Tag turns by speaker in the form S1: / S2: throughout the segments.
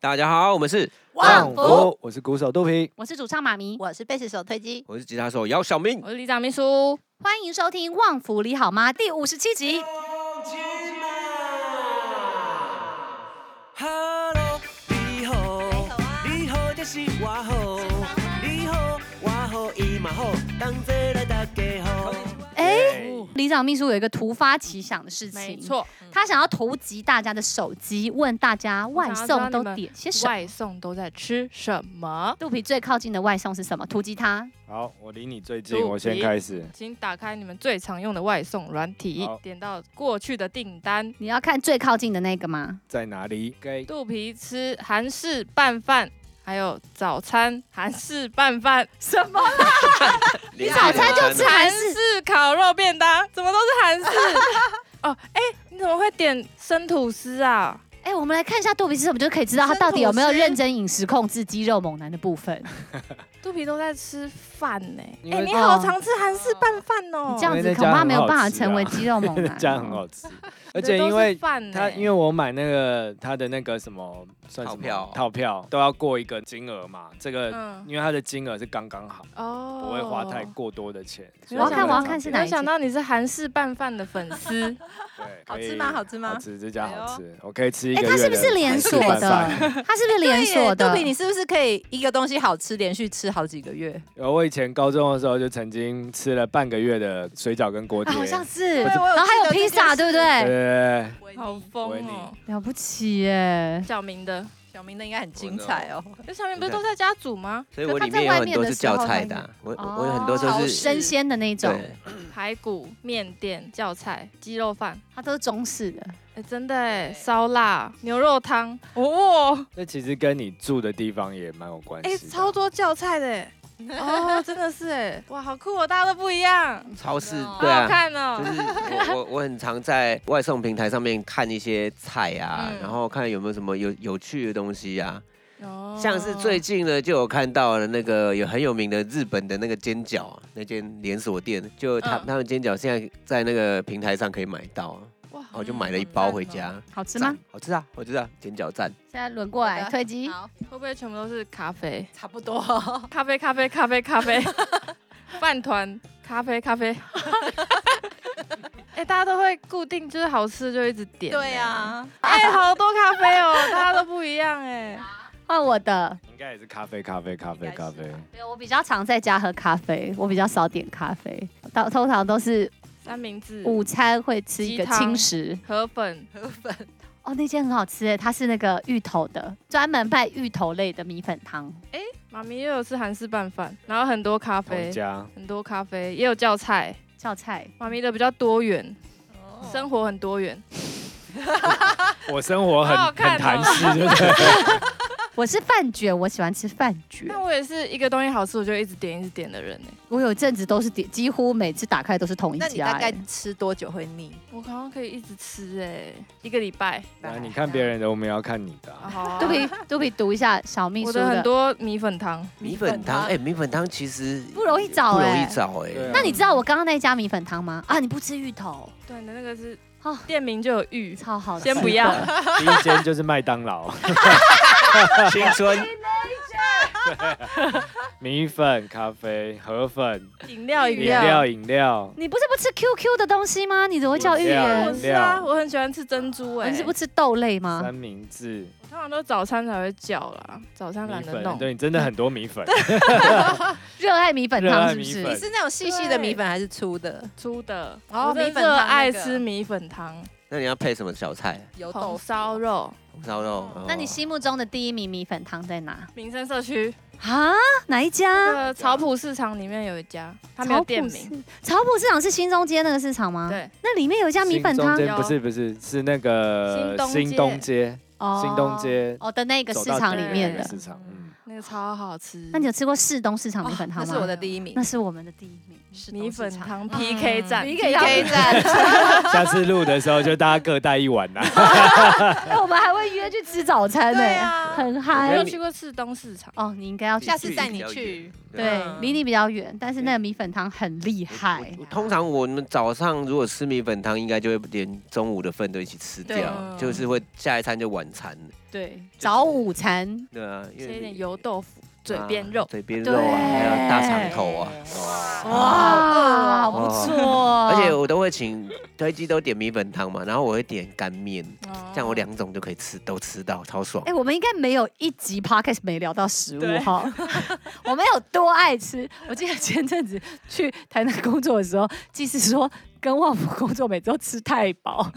S1: 大家好，我们是，
S2: 旺福
S3: 福，我是鼓手肚皮，
S2: 我是主唱妈咪，
S4: 我是贝斯手推机，
S1: 我是吉他手姚小明。
S5: 我是李长秘书，
S2: 欢迎收听《旺福你好吗》第五十七集。
S6: Hello，你好，你好就是我好，你好我好伊嘛好，同齐来大家好。
S2: 哎，里长秘书有一个突发奇想的事情，
S5: 没，错，嗯
S2: 他想要投集大家的手机，问大家外送都点些什么。
S5: 外送都在吃什么？
S2: 肚皮最靠近的外送是什么？突击他。
S3: 好，我离你最
S5: 肚
S3: 近，
S5: 皮
S3: 我先开始。
S5: 请打开你们最常用的外送软体
S3: 好，
S5: 点到过去的订单。
S2: 你要看最靠近的那个吗？
S3: 在哪里？该
S5: 肚皮吃韩式拌饭，还有早餐韩式拌饭，什么
S1: 你
S2: 早餐就吃
S5: 韩
S2: 韩式
S5: 式烤肉便当？怎么都是韩 式？哦，哎、你怎么会点生吐司啊？
S2: 哎、我们来看一下肚皮是什么，就可以知道他到底有没有认真饮食控制肌肉猛男的部分。
S5: 肚皮都在吃饭呢、
S3: 因
S5: 哎、
S3: 为啊
S5: 你好常吃韩式拌饭哦、
S2: 你这样
S3: 因
S2: 子
S3: 为在
S2: 恐
S3: 家
S2: 怕
S3: 很
S2: 没有
S3: 好
S2: 办法
S3: 吃啊
S2: 成为肌肉猛男、
S3: 这样很好吃，哦而
S5: 这
S3: 且
S5: 都
S3: 因
S5: 是
S3: 为
S5: 饭
S3: 他
S5: 呢
S3: 因为我买那个他的那个什么算什
S1: 套
S3: 么
S1: 票
S3: 套票都要过一个金额嘛，这个
S5: 嗯
S3: 因为他的金额是刚刚好，
S5: 哦
S3: 不会花太过多的钱。所以
S2: 我要看，
S3: 才
S2: 我要
S3: 常
S2: 看是
S3: 点
S2: 哪
S5: 没
S2: 一
S5: 想
S2: 间。
S5: 到你是韩式拌饭的粉 丝，
S3: 对，
S4: 好
S3: 可
S4: 吃
S3: 以
S4: 吗好吃吗
S3: 好吃，这家好
S4: 哎
S3: 吃，我可以吃一
S2: 哎、
S3: 个月
S2: 他
S3: 的
S2: 是不是连
S3: 韩式
S2: 锁
S3: 拌
S2: 的？
S3: 饭？
S2: 他是不是连锁的啊
S4: 杜？比，你是不是可以一个东西好吃，连续吃好几个月？
S3: 有我以前高中的时候就曾经吃了半个月的水饺跟锅
S2: 啊，
S3: 贴，
S2: 好像是，
S4: 对我有
S2: 然后还
S4: 记得
S2: 有披
S4: 这件
S2: 萨，
S4: 事
S2: 对不对？
S3: 对，
S5: 好
S3: 维
S5: 疯
S3: 尼
S5: 哦！
S2: 了不起耶！
S5: 小明的，
S4: 小明的应该很精彩哦，
S5: 那小明不是都在家煮吗？
S1: 所以我里面有很多是教菜的啊，我我我有很多
S2: 哦
S1: 都是
S2: 生鲜的那种，
S1: 对，
S5: 排骨、面店、教菜、鸡肉饭，
S2: 它都是中式的。
S5: 哎，真的哎，烧腊、牛肉汤，哦，
S3: 这其实跟你住的地方也蛮有关系
S5: 哎，
S3: 的。
S5: 超多教菜的哎， 哦，真的是哎，哇，好酷哦，大家都不一样，
S1: 超市
S4: 好
S1: 对
S5: 好好
S1: 啊。
S5: 看
S1: 就
S5: 哦。
S1: 是我我我很常在外送平台上面看一些菜啊，
S5: 嗯
S1: 然后看有没有什么有有趣的东西啊，
S5: 哦
S1: 像是最近呢就有看到了那个有很有名的日本的那个煎饺啊那间连锁店，就他
S5: 嗯
S1: 他们煎饺现在在那个平台上可以买到啊，
S5: 哇
S1: 我就买了一包回家，
S2: 好吃
S1: 赞
S2: 吗？？
S1: 好吃啊，我知道煎饺赞。
S2: 现在轮过
S4: 好
S2: 来
S4: 的
S2: 推机，
S4: 好，
S5: 会不会全部都是咖啡？
S4: 差不多。
S5: 咖啡，咖啡，咖啡，咖 啡，饭团，咖啡，咖啡。 哎、大家都会固定，就是好吃就一直 点。
S4: 对啊，
S5: 哎、好多咖啡 哦，大家都不一样哎。
S2: 换我的。
S3: 应该也是咖啡，咖啡，咖啡，咖啡。
S2: 没有，我比较常在家喝咖啡，我比较少点咖啡，到通常都是
S5: 三明治、
S2: 午餐会吃一个
S5: 鸡汤
S2: 轻食。
S5: 河粉，
S2: 哦，那间很好吃诶，它是那个芋头的，专门卖芋头类的米粉汤。
S5: 妈咪又有吃韩式拌饭，然后很多咖
S3: 同
S5: 啡，
S3: 家
S5: 很多咖啡，也有教菜。
S2: 叫菜，
S5: 妈咪的比较多元，生活很多元。
S3: 我生活很
S5: 好好看
S3: 很
S5: 哦
S3: 弹性，对不对？
S2: 我是饭卷，我喜欢吃饭卷
S5: 但。我也是一个东西好吃我就一直点一直点的人哎。
S2: 我有一阵子都是点，几乎每次打开都是同一
S4: 那你
S2: 家
S4: 大概
S2: 诶。
S4: 吃多久会腻？
S5: 我好像可以一直吃哎，一个礼拜。
S3: 然后你看别人的，我们也要看你的啊。
S5: 好、啊
S2: 杜比，杜比读一下小秘
S5: 我
S2: 书
S5: 的很
S2: 的，
S5: 多米粉汤。
S1: 米粉汤，哎、米粉汤其实
S2: 不容易找
S1: 不容
S2: 哎
S1: 易找哎、
S3: 对啊
S2: 那你知道我刚刚那家米粉汤吗？啊，你不吃芋头，
S5: 对，你的那个是
S2: 哦
S5: 店名就有 芋，
S2: 超好吃的。
S5: 先不要。
S3: 第一间就是麦当劳，
S1: 青春
S3: 米粉、咖啡、河粉、
S5: 饮料饮
S3: 饮
S5: 料
S3: 料、。饮料。
S2: 你不是不吃 QQ 的东西吗？你怎么会叫芋
S5: 我
S2: 圆？
S5: 是啊，我很喜欢吃珍珠哎、
S2: 哦你是不吃豆类吗
S3: 三？明治、
S5: 我通常都早餐才会叫啦，早餐
S3: 米
S5: 懒得
S3: 粉，
S5: 弄。
S3: 对你真的很多米粉，
S2: 热爱米粉汤是不
S3: 热爱
S4: 你
S3: 米
S2: 是？
S4: 是那种细细的米粉还是粗的？
S5: 粗的，
S4: 哦
S5: 我真
S4: 米粉汤
S5: 的热
S4: 那个
S5: 爱吃米粉汤、
S1: 那你要配什么小菜？
S4: 有
S5: 红
S4: 豆
S5: 烧肉、
S1: 红烧肉。哦
S2: 那你心目中的第一名米粉汤在哪？
S5: 民生社区
S2: 啊，哪一
S5: 那
S2: 家？
S5: 个草埔市场里面有一家，它没有店名。
S2: 草埔市。草埔市场是新中街那个市场吗？。
S5: 对，
S2: 那里面有一家米粉
S3: 新中
S2: 汤
S3: 街不是不是是那个
S5: 新
S3: 新
S5: 东
S3: 东街，
S2: 哦
S3: 新东街
S2: 哦的那个市场里面
S3: 走到
S2: 的
S3: 对。市场，嗯，
S5: 那个超好吃。
S2: 那你有吃过市东市场米粉汤
S4: 哦那
S2: 吗？
S4: 是我的第一名
S2: 那，是我们的第一名。
S5: 米粉汤
S4: 嗯
S5: PK 战、
S4: PK 战，
S3: 下次录的时候就大家各带一碗啦。
S2: 哎，我们还会约去吃早餐呢。
S4: 对啊，啊，
S2: 很
S5: 我
S2: 嗨
S5: 有去过市东市场，
S2: 哦。你应该要去
S4: 下次带
S1: 比
S4: 你
S1: 较
S4: 去
S1: 远。
S2: 对
S4: 嗯，
S2: 离你比较远，但是那个米粉汤很厉害。
S1: 啊
S2: 啊
S1: 我通常我们早上如果吃米粉汤，应该就会连中午的份都一起吃掉，
S4: 对
S1: 就是会下一餐就晚餐了。
S5: 对，
S2: 早午餐
S1: 对啊，因
S5: 吃一
S1: 为
S5: 点
S1: 你
S5: 油豆腐、嘴
S1: 啊
S5: 边肉，
S1: 嘴边肉啊，还有大肠头啊。
S2: 哇，
S1: 哦
S2: 啊不错。
S1: 而且我都会请推机都点米粉汤嘛，然后我会点干面，这样我两种就可以吃都吃到，超爽
S2: 哎、。我们应该没有一集 podcast 没聊到食物哈， 我们有多爱吃。我记得前阵子去台南工作的时候，即使说跟旺福工作，每周吃太饱，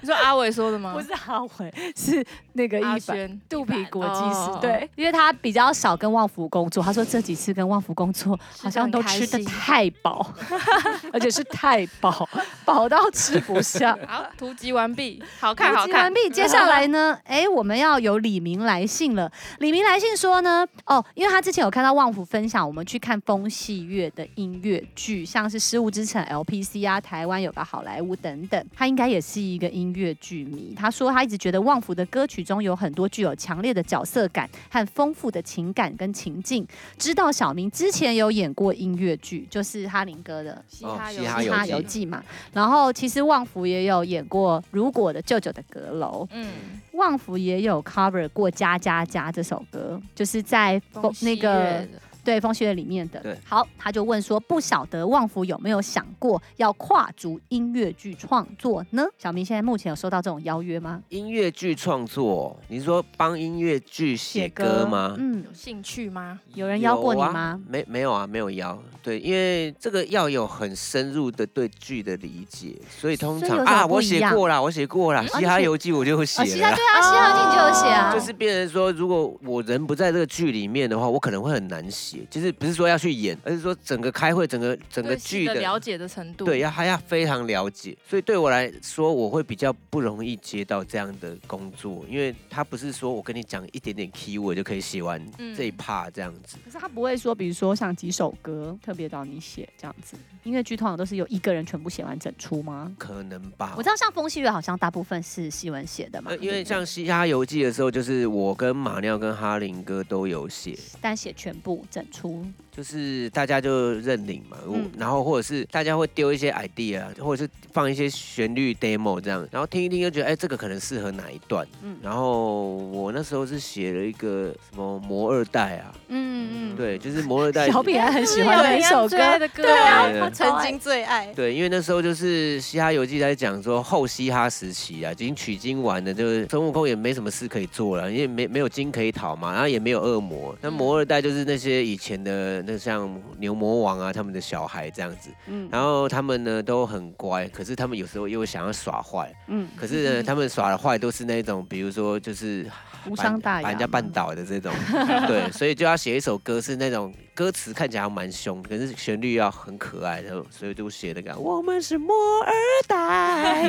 S5: 你说阿伟说的吗
S2: 不？是阿伟，是那个
S5: 阿
S2: 一凡。
S5: 轩，
S2: 肚皮国际师
S5: 哦
S2: 对，因为他比较少跟旺福工作，他说这几次跟旺福工作好像都吃的
S5: 吃得很开心
S2: 太饱， 而且是太饱，饱到吃不下。
S5: 好，图集完 毕，好看，好
S2: 集
S5: 看
S2: 完。毕，接下来呢？ 哎，我们要有李明来信了。李明来信说呢，哦，因为他之前有看到旺福分享我们去看风戏月的音乐剧，像是《失物之城》、LPC 啊，台湾有个好莱坞等等。他应该也是一个音乐剧迷。他说他一直觉得旺福的歌曲中有很多具有强烈的角色感和丰富的情感跟情境。知道小明之前有演过音乐剧，就是哈林哥的
S5: 嘻
S1: 哦
S5: 哈
S1: 嘻
S5: 游
S1: 哈
S2: 嘻
S5: 戏
S1: 游
S2: 哈
S1: 记
S2: 游记》嘛。然后其实旺福也有演过《如果的舅舅的阁楼》，
S5: 嗯，
S2: 旺福也有 cover 过《家家家》这首歌，就是在风那个对风雪里面的。
S1: 对
S2: 好，他就问说，不晓得旺福有没有想过要跨足音乐剧创作呢？小明现在目前有收到这种邀约吗？
S1: 音乐剧创作，你说帮音乐剧写歌吗？
S2: 嗯
S5: 有，兴趣吗？
S2: 有人邀过你
S1: 有啊
S2: 吗？
S1: 没没有啊，没有邀。对，因为这个要有很深入的对剧的理解，所以通
S2: 所以
S1: 常
S2: 有什么
S1: 啊，
S2: 不
S1: 我
S2: 一
S1: 写
S2: 样
S1: 过啦，我写过啦，
S2: 哦
S1: 嘻
S2: 你
S1: 哈
S2: 写
S1: 游记》我就写
S2: 哦，嘻
S1: 了
S2: 哈对啊，嘻哈镜就有写 啊，
S1: 就是变成说，如果我人不在这个剧里面的话，我可能会很难写。就是不是说要去演，而是说整个开会、整个整个
S5: 对戏
S1: 剧
S5: 的
S1: 的
S5: 了解的程度，
S1: 对，要还要非常了解，所以对我来说，我会比较不容易接到这样的工作，因为他不是说我跟你讲一点点 key，我就可以写完
S5: 嗯
S1: 这一 part 这样子。
S2: 可是他不会说，比如说像几首歌特别找你写这样子，音乐剧通常都是由一个人全部写完整出吗？
S1: 可能吧
S2: 我。知道像风细月好像大部分是西文写的嘛，
S1: 呃，因
S2: 对
S1: 为
S2: 不对
S1: 像《嘻哈游记》的时候，就是我跟马尿跟哈林哥都有写，
S2: 但写全部整出，
S1: 就是大家就认领嘛，我
S2: 嗯
S1: 然后或者是大家会丢一些 idea，或者是放一些旋律 demo 这样，然后听一听就觉得，哎，这个可能适合哪一段。
S2: 嗯
S1: 然后我那时候是写了一个什么摩二代啊，
S2: 嗯
S1: 对，就是摩二代。
S2: 小饼还很喜欢
S5: 的
S2: 的一首歌
S5: 最，爱的歌，
S1: 对啊
S2: 他
S4: 曾经最爱，
S1: 对，因为那时候就是《嘻哈游记》在讲说后嘻哈时期啊，已经取经完了，就是孙悟空也没什么事可以做了，因为没没有经可以讨嘛，然后也没有恶魔。
S2: 嗯
S1: 那摩二代就是那些以前的那像牛魔王啊他们的小孩这样子，
S2: 嗯
S1: 然后他们呢都很乖，可是他们有时候又想要耍坏，
S2: 嗯，
S1: 可是呢他们耍的坏都是那种，比如说就是
S2: 无
S1: 把
S2: 伤大雅，
S1: 把人家绊倒的这种， 对，所以就要写一首歌是那种歌词看起来还蛮凶，可是旋律要很可爱的，所以就写的感觉我们是摩尔代，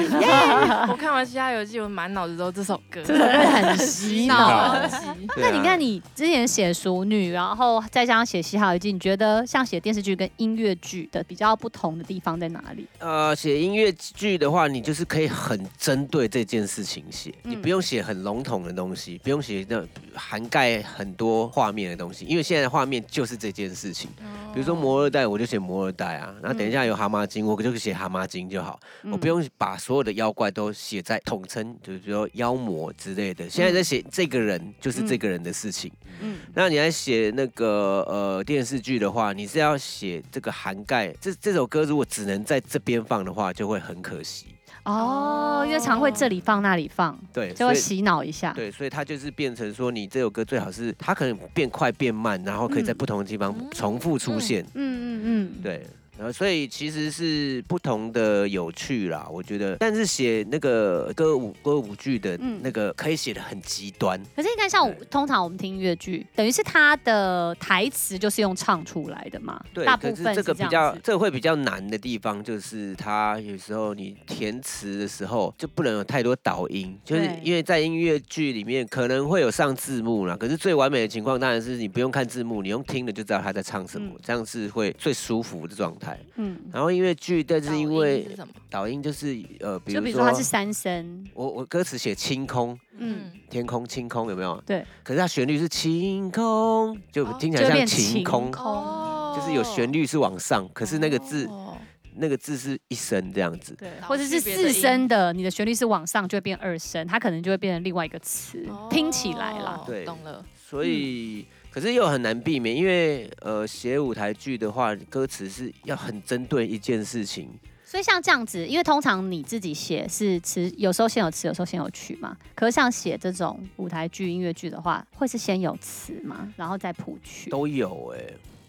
S5: 我看完《嘻哈游记》，我满脑子都这首歌，
S2: 真的会很洗 脑。
S5: 很
S1: 啊
S5: 急
S2: 那你看，你之前写熟女，然后再加上写嘻哈游记，你觉得像写电视剧跟音乐剧的比较不同的地方在哪里？
S1: 呃，写音乐剧的话，你就是可以很针对这件事情写，
S2: 嗯
S1: 你不用写很笼统的东西，不用写那涵盖很多画面的东西，因为现在的画面就是这件事情。比如
S2: 哦
S5: 哦
S1: 说摩二代，我就写摩二代啊，
S2: 嗯
S1: 然后等一下有蛤蟆精，我就写蛤蟆精就好，我不用把所有的妖怪都写在统称，就是说妖魔之类的。现在在写这个人，就是这个人的事情。
S2: 嗯，
S1: 那你来写那个呃电视剧的话，你是要写这个涵盖这这首歌，如果只能在这边放的话，就会很可惜。
S2: 哦，因为常会这里放那里放，
S1: 对，
S2: 就
S1: 所
S2: 会
S1: 以
S2: 洗脑一下。
S1: 对，所以它就是变成说，你这首歌最好是它可能变快变慢，然后可以在
S2: 嗯
S1: 不同的地方重复出现。
S2: 嗯嗯嗯，
S1: 对，然后所以其实是不同的有趣啦，我觉得。但是写那个歌舞歌舞剧的
S2: 嗯
S1: 那个可以写的很极端，
S2: 可是你看，像我
S1: 对
S2: 通常我们听音乐剧，等于是它的台词就是用唱出来的嘛，
S1: 对。
S2: 大
S1: 可
S2: 部
S1: 是
S2: 分
S1: 这
S2: 是
S1: 个
S2: 这
S1: 比
S2: 样
S1: 较
S2: 子。
S1: 这个会比较难的地方，就是它有时候你填词的时候就不能有太多导音，就是
S2: 对
S1: 因为在音乐剧里面可能会有上字幕啦，可是最完美的情况当然是你不用看字幕，你用听的就知道他在唱什么，
S2: 嗯
S1: 这样是会最舒服的状态。态。
S2: 嗯，
S1: 然后因为剧，但是因为
S5: 是什么？
S1: 导音就是呃，比
S2: 就
S1: 如
S2: 比如
S1: 说
S2: 说他是三声，
S1: 我我歌词写清空，
S2: 嗯，
S5: 嗯，
S1: 天空清空有没有？
S2: 对。
S1: 可是它旋律是清空，就
S5: 哦
S1: 听起
S2: 就
S1: 来像
S2: 变
S1: 晴
S2: 晴
S1: 空，
S2: 空
S5: 哦
S1: 就是有旋，律是往上，可是那个字
S5: 哦
S1: 那个字是一声这样子。
S5: 对，
S2: 或者是四声的，你的旋律是往上就会变二声，它可能就会变成另外一个词，听起来啦
S5: 哦。
S1: 对
S5: 懂了，
S1: 所
S2: 嗯
S1: 以，可是又很难避免，因为呃，写舞台剧的话，歌词是要很针对一件事情。
S2: 所以像这样子，因为通常你自己写是词，有时候先有词，有时候先有曲嘛。可是像写这种舞台剧、音乐剧的话，会是先有词嘛，然后再谱曲。
S1: 都有哎、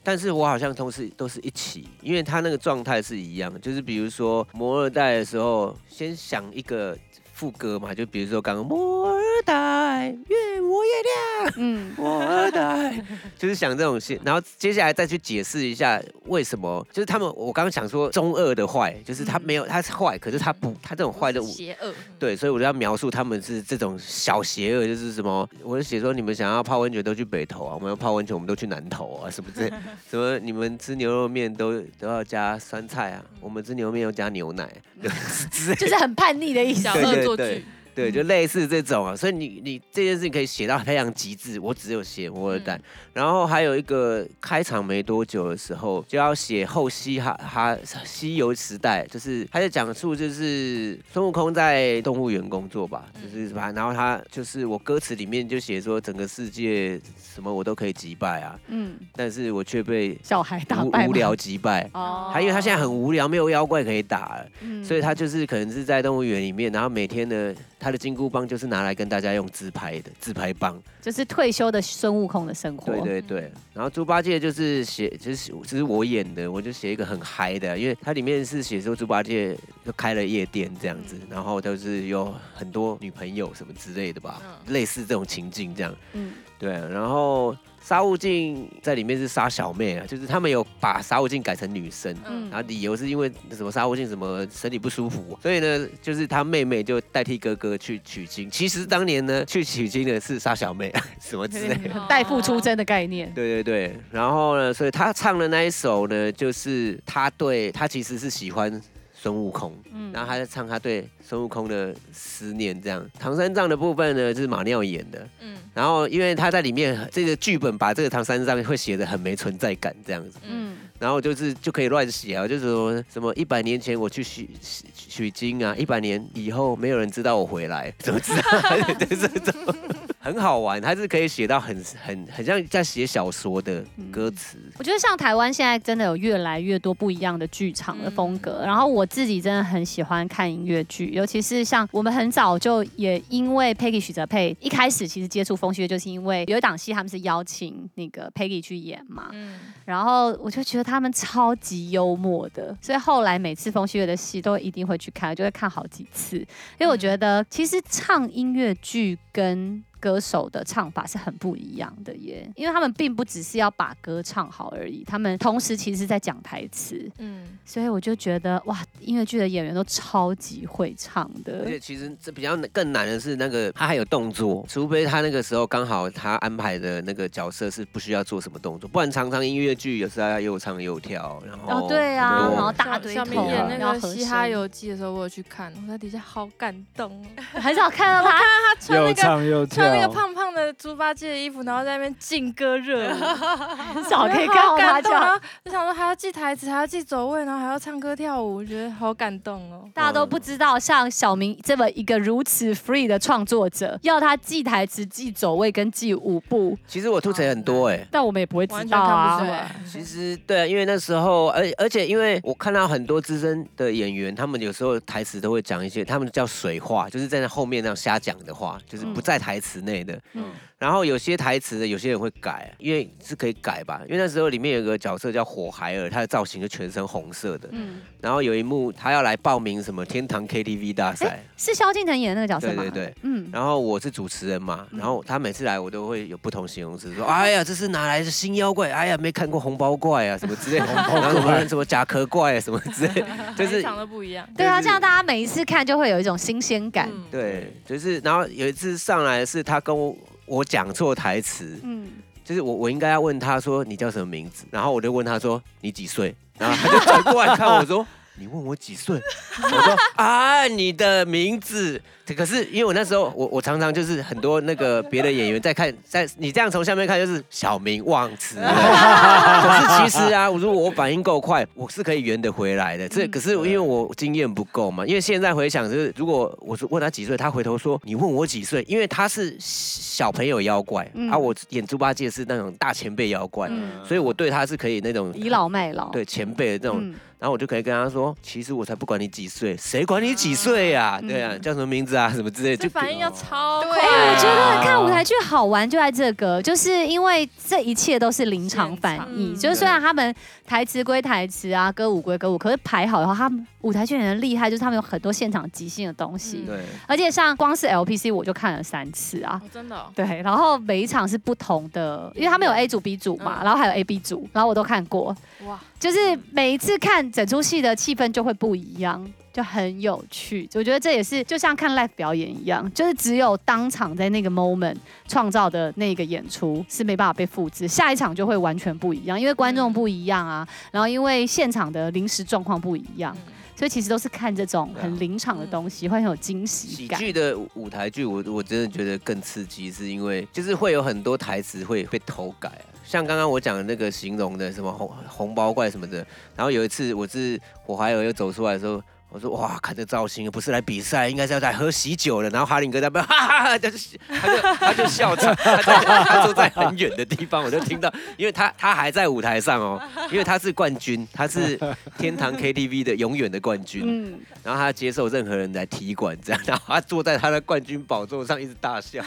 S1: 但是我好像都是都是一起，因为他那个状态是一样的，就是比如说摩二代的时候，先想一个副歌嘛，就比如说刚刚摩二代月我月亮，
S2: 嗯，
S1: 摩二代，就是想这种事，然后接下来再去解释一下为什么，就是他们我刚刚想说中二的坏，就是他没有他是坏，可是他不他这种坏的
S5: 邪恶，
S4: 嗯
S1: 对，所以我就要描述他们是这种小邪恶，就是什么，我就写说你们想要泡温泉都去北投啊，我们要泡温泉我们都去南投啊，什么之类，什么你们吃牛肉面都都要加酸菜啊，我们吃牛肉面要加牛奶，
S2: 就是很叛逆的意思
S5: 小。
S1: 对
S5: 恶
S1: 对
S5: 作
S1: 对
S5: 剧，
S2: 嗯
S1: 对，就类似这种啊。所以你你这件事情可以写到非常极致，我只有写摩尔
S2: 嗯
S1: 蛋，然后还有一个开场没多久的时候就要写后西哈哈西游时代，就是他在讲述就是孙悟空在动物园工作吧，
S2: 嗯
S1: 就是吧，然后他就是我歌词里面就写说整个世界什么我都可以击败啊，
S2: 嗯，
S1: 但是我却被
S2: 小孩打败
S1: 无
S2: 吗
S1: 无聊击败。
S2: 哦
S1: 还有他现在很无聊，没有妖怪可以打了。
S2: 嗯
S1: 所以他就是可能是在动物园里面，然后每天呢，他的金箍棒就是拿来跟大家用自拍的自拍棒，
S2: 就是退休的孙悟空的生活。
S1: 对对对。然后猪八戒就是写，就是只是我演的，我就写一个很嗨的，啊因为它里面是写说猪八戒就开了夜店这样子，然后就是有很多女朋友什么之类的吧，类似这种情境这样。
S2: 嗯，
S1: 对，然后沙悟净在里面是杀小妹啊，就是他们有把沙悟净改成女生。
S5: 嗯
S1: 然后理由是因为什么沙悟净什么身体不舒服，所以呢，就是他妹妹就代替哥哥去取经。其实当年呢，去取经的是沙小妹啊什么之类 的。
S5: 哦
S2: 代父出征的概念。
S1: 对对对，然后呢，所以他唱的那一首呢，就是他对他其实是喜欢孙悟空，
S2: 嗯
S1: 然后他在唱他对孙悟空的思念，这样。唐三藏的部分呢，就是马尿演的，
S5: 嗯
S1: 然后因为他在里面这个剧本把这个唐三藏会写的很没存在感这样子，
S5: 嗯，
S1: 然后就是就可以乱写啊，就是说什么一百年前我去取取取经啊，一百年以后没有人知道我回来， 怎么知道？就是这种很好玩，它是可以写到很很很像在写小说的歌词。
S2: 我觉得像台湾现在真的有越来越多不一样的剧场的风格，然后我自己真的很喜欢看音乐剧，尤其是像我们很早就也因为 Peggy 许哲佩一开始其实接触风戏乐，就是因为有一档戏他们是邀请那个 Peggy 去演嘛，
S5: 嗯
S2: 然后我就觉得他们超级幽默的，所以后来每次风戏乐的戏都一定会去看，就会看好几次，因为我觉得其实唱音乐剧跟歌手的唱法是很不一样的耶，
S5: 嗯
S2: 因为他们并不只是要把歌唱好而已，他们同时其实在讲台词，
S5: 嗯，
S2: 所以我就觉得哇，音乐剧的演员都超级会唱
S1: 而
S2: 的
S1: 且，其实这比较更难的是那个他还有动作，除非他那个时候刚好他安排的那个角色是不需要做什么动作，不然常常音乐剧有时候要又唱又跳，然后
S2: 哦对啊，
S1: 很多
S2: 然后大堆
S5: 小明
S2: 头，
S5: 演那
S2: 然后
S5: 个
S2: 和
S5: 《嘻哈游记》的时候，我有去看，我在底下好感动哦，
S2: 很少看到他
S5: 他穿
S3: 又
S5: 那个
S3: 唱又跳
S5: 穿，那个胖胖的猪八戒的衣服，然后在那边劲歌热舞，
S2: 很少可以看
S5: 好
S2: 到他
S5: 感
S2: 这
S5: 动。然
S2: 样，
S5: 后就想说还要记台词，还要记走位，然后还要唱歌跳舞，我觉得好感动哦。
S2: 大家都不知道，像小明这么一个如此 free 的创作者，要他记台词、记走位跟记舞步，
S1: 其实我吐槽很多哎、
S2: 但我们也不会知
S5: 完全
S2: 道啊
S5: 看不。出来，
S1: 其实对啊，因为那时候，而而且因为我看到很多资深的演员，他们有时候台词都会讲一些，他们叫水话，就是在那后面那样瞎讲的话，就是不在台词内的。
S2: 嗯
S1: 然后有些台词呢，有些人会改，因为是可以改吧。因为那时候里面有个角色叫火孩儿，他的造型就全身红色的。
S2: 嗯，
S1: 然后有一幕他要来报名什么天堂 KTV 大赛。
S2: 是萧敬腾演的那个角色吗？
S1: 对对对，
S2: 嗯，
S1: 然后我是主持人嘛，然后他每次来我都会有不同形容词，说哎呀这是哪来的新妖怪，哎呀没看过红包怪啊什么之类，然后什么什么甲壳怪啊什么之类，就
S5: 每一
S1: 是
S5: 场都哎不一样。
S2: 对啊，
S1: 就是
S2: 这样大家每一次看就会有一种新鲜感。
S5: 嗯，
S1: 对，就是然后有一次上来是他跟我我讲错台词，
S2: 嗯，
S1: 就是我我应该要问他说你叫什么名字，然后我就问他说你几岁，然后他就转过来看我说：“你问我几岁？”我说：“啊，你的名字。”可是因为我那时候，我我常常就是很多那个别的演员在看，在你这样从下面看就是小明忘词。可是其实啊，如果我反应够快，我是可以圆得回来的。这可是因为我经验不够嘛。因为现在回想，就是如果我是问他几岁，他回头说你问我几岁，因为他是小朋友妖怪，
S2: 嗯
S1: 啊，我演猪八戒是那种大前辈妖怪，
S2: 嗯
S1: 所以我对他是可以那种
S2: 倚老卖老。
S1: 对前辈的这种，
S2: 嗯，
S1: 然后我就可以跟他说，其实我才不管你几岁，谁管你几岁呀、
S2: 嗯
S1: 对啊，叫什么名字啊，什么之类的，
S5: 这
S1: 就
S5: 反应要超
S4: 对
S5: 快，
S4: 啊
S2: 我觉得看舞台剧好玩就在这个，就是因为这一切都是临场反应。
S5: 现场
S2: 就是虽然他们台词归台词啊，歌舞归歌舞，可是排好以后，他们舞台剧人的厉害就是他们有很多现场即兴的东西。
S5: 嗯
S1: 对，
S2: 而且像光是 LPC 我就看了三次啊，
S5: 哦真的哦，
S2: 对，然后每一场是不同的，因为他们有 A 组、B 组嘛，
S5: 嗯
S2: 然后还有 A、B 组，然后我都看过，
S5: 哇，
S2: 就是每一次看整出戏的气氛就会不一样，就很有趣。我觉得这也是就像看 live 表演一样，就是只有当场在那个 moment 创造的那个演出是没办法被复制，下一场就会完全不一样，因为观众不一样啊，然后因为现场的临时状况不一样，所以其实都是看这种很临场的东西，会很有惊喜
S1: 喜
S2: 感。
S1: 剧的舞台剧，我我真的觉得更刺激，是因为就是会有很多台词会被偷改、啊，像刚刚我讲的那个形容的什么红红包怪什么的，然后有一次我是火还有又走出来的时候。我说哇，看这造型不是来比赛，应该是要来喝喜酒的。然后哈林哥在那边哈哈哈，他就他就他就笑场，他在他坐在很远的地方，我就听到，因为他他还在舞台上哦，因为他是冠军，他是天堂 KTV 的永远的冠军。
S2: 嗯，
S1: 然后他接受任何人来踢馆这样，然 后他坐在他的冠军宝座上一直大笑，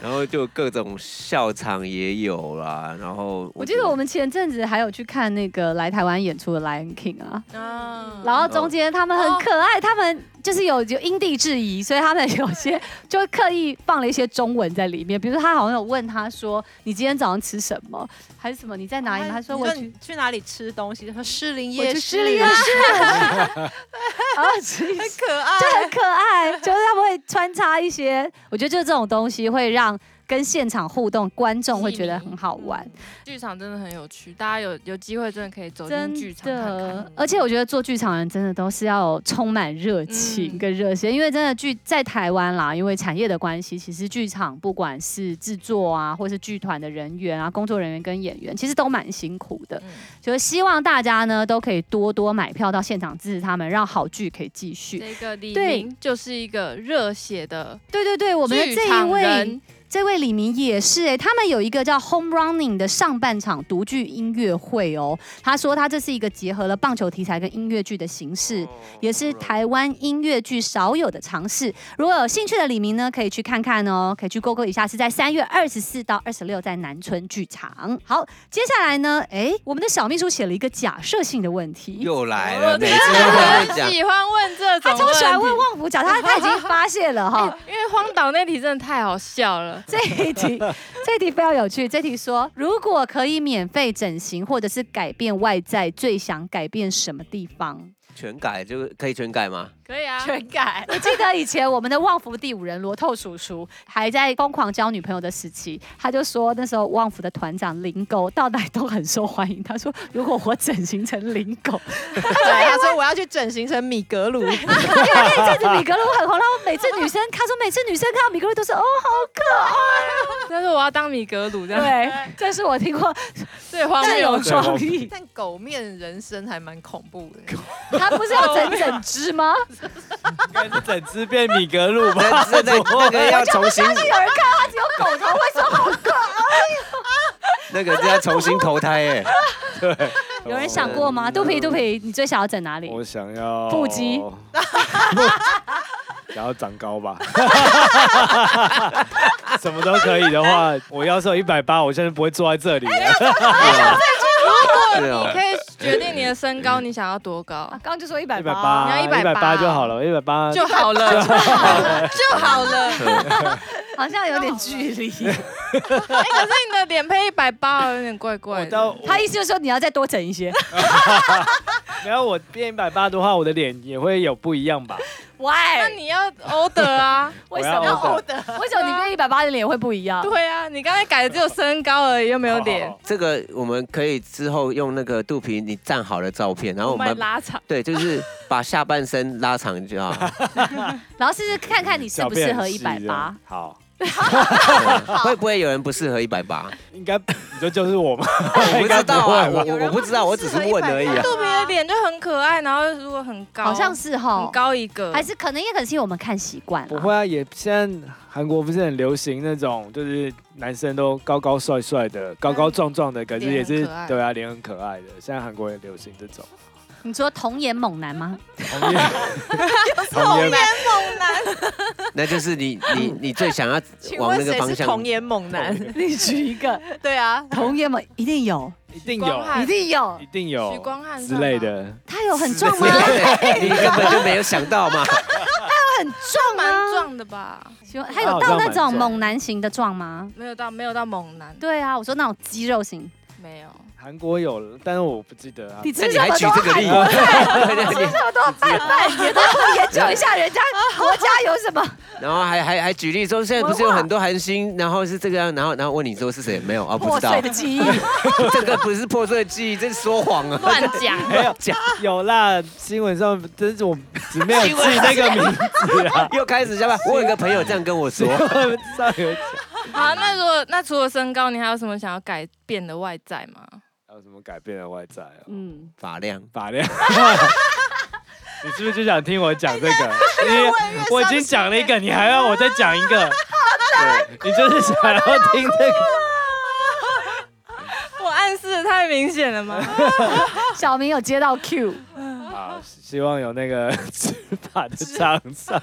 S1: 然后就各种笑场也有啦。然后
S2: 我记得我们前阵子还有去看那个来台湾演出的《Lion King》啊，
S5: 嗯
S4: 啊
S2: 然后中间他们很可爱，他们就是有有因地制宜，所以他们有
S4: 嗯
S2: 些 就会刻意放了一些中文在里面，比如说他好像有问他说：“你今天早上吃什么？还是什么？你在哪里？”他说：“我
S4: 哦你
S2: 去。
S4: 你去哪里吃东西？他说士林
S2: 我
S4: 夜
S2: 去
S4: 市，
S2: 吃了一个 啊，吃一
S4: 很
S2: 吃
S4: 可爱，
S2: 就很可爱，就是他们会穿插一些，我觉得就是这种东西会让跟现场互动，观众会觉得很好玩。
S5: 剧场真的很有趣，大家有有机会真的可以走
S2: 真
S5: 进剧场看
S2: 的
S5: 看，，
S2: 而且我觉得做剧场人真的都是要有充满热情
S5: 嗯
S2: 跟热血，因为真的剧在台湾啦，因为产业的关系，其实剧场不管是制作啊，或是剧团的人员啊，工作人员跟演员，其实都蛮辛苦的。
S5: 嗯
S2: 就是希望大家呢都可以多多买票到现场支持他们，让好剧可以继续。
S5: 这个李
S2: 对
S5: 明就是一个热血的
S2: 对对 对，我们的
S5: 剧
S2: 这一
S5: 场
S2: 位
S5: 人
S2: 这位李明也是哎、他们有一个叫 Home Running 的上半场独剧音乐会哦。他说他这是一个结合了棒球题材跟音乐剧的形式，也是
S1: 哦
S2: 台湾音乐剧少有的尝试。如果有兴趣的李明呢，可以去看看哦，可以去勾勾一下，是在三月二十四到二十六在南村剧场。好，接下来呢，哎，我们的小秘书写了一个假设性的问题。
S1: 又来
S5: 我
S1: 了，每
S5: 真
S1: 次
S5: 的
S1: 都会
S5: 很
S1: 讲。
S5: 喜欢问这种
S2: 他
S5: 问题，
S2: 超喜欢问旺福讲，他他已经发现了 哈、
S5: 因为荒岛那题真的太好笑了。
S2: 这一题，这一题非常有趣。这题说，如果可以免费整形或者是改变外在，最想改变什么地方？
S1: 全改就可以全改吗？
S5: 可以啊，
S4: 全改。
S2: 我记得以前我们的旺福第五人罗透叔叔还在疯狂交女朋友的时期，他就说那时候旺福的团长林狗到哪里都很受欢迎。他说如果我整形成林狗，
S4: 对，他说我要去整形成米格鲁，
S2: 因为那一阵子米格鲁很红，然后每次女生他说每次女生看到米格鲁都是哦好
S5: 但是我要当米格鲁这
S2: 可
S5: 样，
S2: 爱。对，这是我听过
S5: 最荒
S2: 最
S5: 谬
S2: 有
S5: 的。
S2: 创 意。
S4: 但狗面人生还蛮恐怖的。
S2: 他不是要整整只吗？
S3: 该是整只变米格鲁吧？
S1: 这这那个要重新，
S2: 有人看到他只有狗头，为什么？啊
S1: 那个是要重新投胎 哎。
S2: 有人想过吗？肚皮肚皮，你最想要整哪里？
S3: 我想要
S2: 腹肌，
S3: 想要长高吧。什么都可以的话，我要是有一百八，我现在不会坐在这里了。
S1: 啊对哦
S5: 你可以决定你的身高，你想要多高
S2: 啊，刚刚就说一百
S3: 一百
S2: 八，
S3: 八，
S5: 你要
S3: 一百
S5: 180
S3: 八就好了，一百八
S5: 就好 了，就好了，就好了。
S2: 好像有点距离。
S5: 哎，可是你的脸配一百八有点怪怪
S3: 我
S5: 的。
S3: 到我
S2: 他意思就是说你要再多整一些。
S3: 然后我变一百八的话，我的脸也会有不一样吧？
S5: 那
S4: 喂，
S5: 你要 order 啊？
S3: 我
S4: 为
S3: 要
S4: 什么要
S3: order
S4: 欧的？
S2: 为什么你跟一百八的脸会不一样？
S5: 对啊，你刚才改的只有身高而已，又没有脸。
S2: 哦
S3: 好
S1: 这个我们可以之后用那个肚皮你站好的照片，
S2: 哦
S1: 然后我
S5: 把
S1: 们
S5: 你拉长，
S1: 对，就是把下半身拉长就好。
S2: 然后试试看看你适
S3: 小
S2: 不
S3: 便
S2: 适
S3: 很
S2: 合一
S3: 细
S2: 百
S3: 这
S2: 八
S3: 样。好，
S1: 对会不会有人不适合一百八？
S3: 应该你说就是我吗？
S1: 我不
S3: 应该
S1: 知
S3: 不
S1: 道啊，
S3: 会
S1: 我
S3: 吧？
S1: 我我不知道，我只是问而已啊。
S5: 肚皮的脸就很可爱，然后如果很高，
S2: 哎好像是哈
S5: 很，高一个，
S2: 还是可能也可能是因为我们看习惯
S3: 不
S2: 了。
S3: 会啊，也现在韩国不是很流行那种，就是男生都高高帅帅的、高高壮壮的，可是也
S5: 脸很
S3: 是
S5: 可爱
S3: 对啊，脸很可爱的。现在韩国也流行这 种，
S2: 你说童颜猛男吗？
S3: 同业同业
S1: 那就是你你你最想要
S4: 请
S1: 往
S4: 问
S1: 那个
S4: 谁
S1: 方
S4: 是
S1: 向。
S4: 童颜猛男？
S2: 你举一个
S4: 对啊，
S2: 童颜猛，一定有，
S3: 一定
S5: 光
S3: 有，
S5: 汉
S2: 一定有
S3: 一。定
S5: 许
S3: 有
S5: 光汉
S3: 之类的。
S2: 他有很壮吗？
S1: 对你根本就没有想到 嘛，
S2: 很壮
S5: 蛮
S2: 吗？
S5: 壮的吧？
S2: 喜欢他有到那
S3: 他好
S2: 种
S3: 像蛮壮
S2: 猛男型的壮吗？
S5: 没有到没有到猛男，
S2: 对啊，我说那种肌肉型。
S5: 没有。
S3: 韩国有了，但是我不记得啊。
S2: 你
S1: 那
S2: 吃
S1: 你
S2: 什
S1: 还
S2: 么
S1: 举
S2: 都
S1: 这个例
S2: 喊，
S1: 子，
S2: 吃什么都拌拌，你都不研究一下人家国家有什么？
S1: 然后还还还举例说，现在不是有很多韩星，然后是这个样，然后然后问你说是谁？没有啊，不
S2: 破
S1: 知道
S2: 碎，的记忆，
S1: 这个不是破碎的记忆，这是说谎啊，
S5: 乱讲，
S3: 没有
S1: 假，
S3: 哎有啦，新闻上真是我只没有记那个名字啊。
S1: 又开始下班。我有一个朋友这样跟我说，
S3: 上有讲
S5: 好，那如果那除了身高，你还有什么想要改变的外在吗？
S3: 还有什么改变了外在啊？
S2: 嗯，
S1: 发量，
S3: 发量。 你是不是就想听我讲这个？你我已经讲了一个，你还要我再讲一个？对，你就是想要听这个。
S5: 我暗示的太明显了吗？
S2: 小明有接到 Q，
S3: 好，希望有那个 执法的厂商。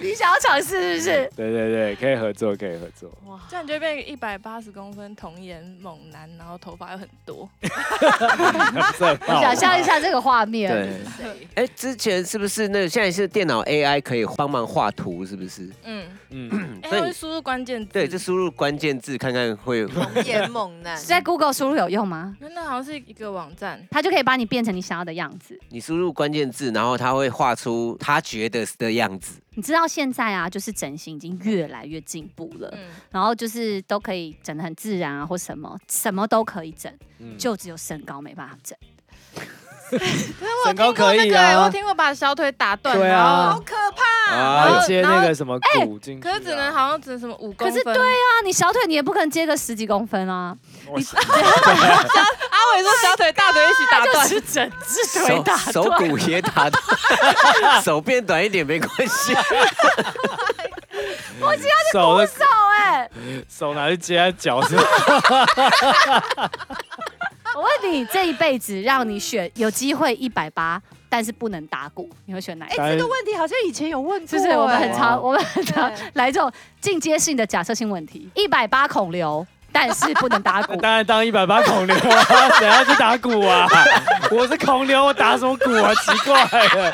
S2: 你想要尝试是不是？
S3: 对对对，可以合作，可以合作。
S5: 这样你就会变一百八十公分童颜猛男，然后头发又很多。
S2: 你想
S3: 想
S2: 象一下这个画面，
S1: 嗯对。
S4: 谁？
S1: 哎，之前是不是那个现在是电脑 AI 可以帮忙画图，是不是？
S5: 嗯，
S3: 嗯，
S5: 哎、
S1: 所以
S5: 欸，会输入关键字。
S1: 对，就输入关键字看看会。
S4: 童颜猛 男。
S2: 在 Google 输入有用吗？
S5: 因为那好像是一个网站。
S2: 它就可以把你变成你想要的样子。
S1: 你输入关键字，然后它会画出他觉得的样子。
S2: 你知道现在啊，就是整形已经越来越进步了，
S5: 嗯，
S2: 然后就是都可以整得很自然啊，或什么什么都可以整，
S3: 嗯
S1: 嗯
S2: 就只有身高没办法整。
S3: 身高可
S5: 哦那
S3: 以
S5: 个我
S3: 啊，
S5: 听过把小腿打断，
S3: 对
S5: 然
S3: 啊
S5: 后，
S4: 可怕！
S5: 然后
S3: 啊，接那
S5: 然后
S3: 个什么骨进去啊。
S5: 可是只能好像只能什么五公
S2: 可
S5: 分。
S2: 是对啊，你小腿你也不可能接个十几公分啊，
S3: 我
S5: 阿伟说小腿大腿一起打断，
S2: 是整只
S1: 手啊手骨也打断， 手变短一点没关系。
S3: 手的
S2: 手哎、
S3: 手拿去接他脚是吧？
S2: 我问你，这一辈子让你选有机会一百八，但是不能打鼓，你会选哪一
S4: 哎、
S2: 个？
S3: 当然
S4: 这个问题好像以前有问过、
S2: 就是我们很
S3: 哇
S2: 常，我们很常
S4: 对
S2: 来这种进阶性的假设性问题，一百八孔流，但是不能打鼓。
S3: 当然当一百八孔牛啊，谁要去打鼓啊？我是孔牛，我打什么鼓啊？奇怪了，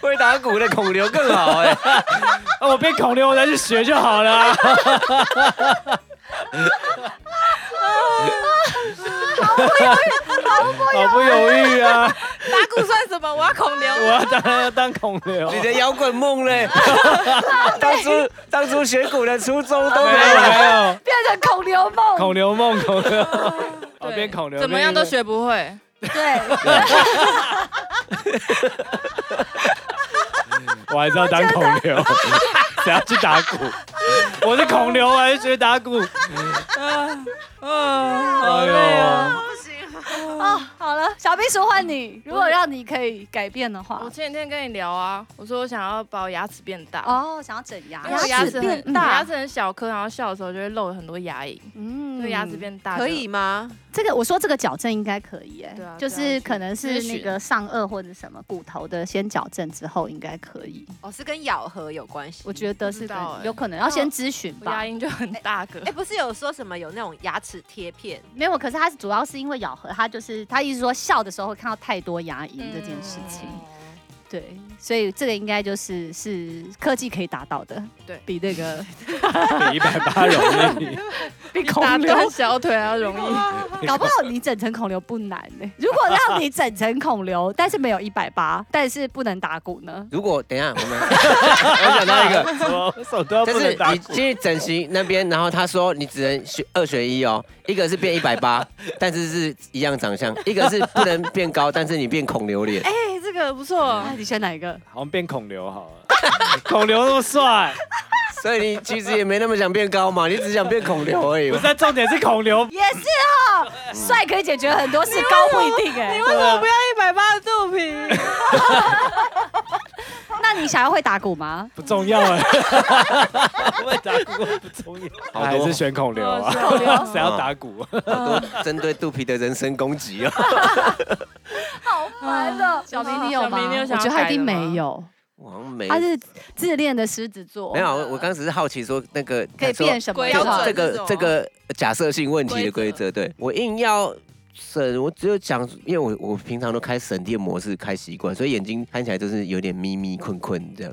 S1: 会打鼓的孔刘更好哎、
S3: 啊我变孔牛，我再去学就好了 啊、毫不犹豫啊！
S5: 打鼓算什么？我要 孔
S3: 我
S5: 刘。
S3: 要当然要当孔牛，
S1: 你的摇滚梦 嘞？当初当初学鼓的初衷都
S3: 没
S1: 没
S3: 有
S1: 有。啊
S3: 没有
S2: 变成孔流梦，
S3: 孔牛梦，孔牛，我
S5: 对
S3: 变孔牛，
S5: 怎么样都学不 会。
S2: 对，
S3: 我还是要当孔 牛，谁要去打鼓？我是孔牛，我还是学打鼓？
S5: 啊嗯，
S3: 哎呦，
S5: 啊
S2: 哦，好了，小秘书换你，如果让你可以改变的话
S5: 我，前几天跟你聊啊，我说我想要把我牙齿变大。
S2: 哦，想要整牙，
S5: 因为我牙齿很
S4: 大
S5: 牙齿很小颗，然后笑的时候就会露很多牙龈，
S2: 嗯
S5: 所以牙齿变大
S4: 可以。吗？
S2: 这个我说这个矫正应该可以哎、
S5: 对啊
S2: 就
S5: 对啊
S2: 是
S5: 去
S2: 可能是
S5: 咨询
S2: 那个上颚或者什么骨头的先矫正之后应该可以，
S4: 哦，是跟咬合有关系。
S2: 我觉得是
S5: 不知
S2: 可
S5: 道
S2: 能
S5: 哎
S2: 有可能要先咨询
S5: 我牙
S2: 吧。
S5: 龈就很大个
S4: 哎、。不是有说什么有那种牙齿贴片？
S2: 没有，可是它是主要是因为咬合，它就是它意思说笑的时候会看到太多牙龈这件事情，
S5: 嗯
S2: 对，所以这个应该就是是科技可以达到的，
S5: 对
S2: 比那 个
S3: 比一百八容 易。
S2: 比
S5: 比
S2: 孔
S5: 打
S2: 刘
S5: 断小腿还要容易。
S2: 搞不好你整成孔流不难呢、如果让你整成孔流，但是没有一百八，但是不能打鼓呢？
S1: 如果等一下我们，我想到一个，
S3: 什么手都要
S1: 但
S3: 不能
S1: 是
S3: 打
S1: 你
S3: 鼓，
S1: 去整形那边，然后他说你只能选二选一哦，一个是变一百八，但是是一样长相；一个是不能变高，但是你变孔流脸。
S5: 哎，这个不错，
S2: 那啊你选哪一个？
S3: 好像变孔刘好了。孔刘那么 帅，
S1: 所以你其实也没那么想变高嘛，你只想变孔流而已
S3: 不
S1: 嘛
S3: 是。但重点是孔刘
S2: 也是哦，帅可以解决很多事，高不一定哎、
S5: 你为什么不要一百八的肚皮？
S2: 那你想要会打鼓吗？
S3: 不重要啊 了，会打鼓不重 要，
S1: 好多
S3: 还是选孔刘啊？
S5: 哦孔 刘
S3: 谁要打鼓？
S1: 好多针对肚皮的人身攻击哦。
S2: 好烦哦，小明你有吗？
S5: 小明你有
S2: 我
S5: 想要
S2: 觉得他一定
S5: 改的吗
S2: 没有，
S1: 我好像没
S2: 他是自恋的狮子座，
S1: 没有，啊我我刚只是好奇说那个
S2: 可以
S1: 说
S2: 变什么
S5: 规
S1: 这
S5: 标
S1: 个
S5: 准
S1: 这
S5: 是
S1: 个
S5: 吗
S1: 这个假设性问题的规
S5: 规则
S1: 则，对我硬要省，我只有讲，因为我我平常都开省电模式开习惯，所以眼睛看起来就是有点眯眯困困这样，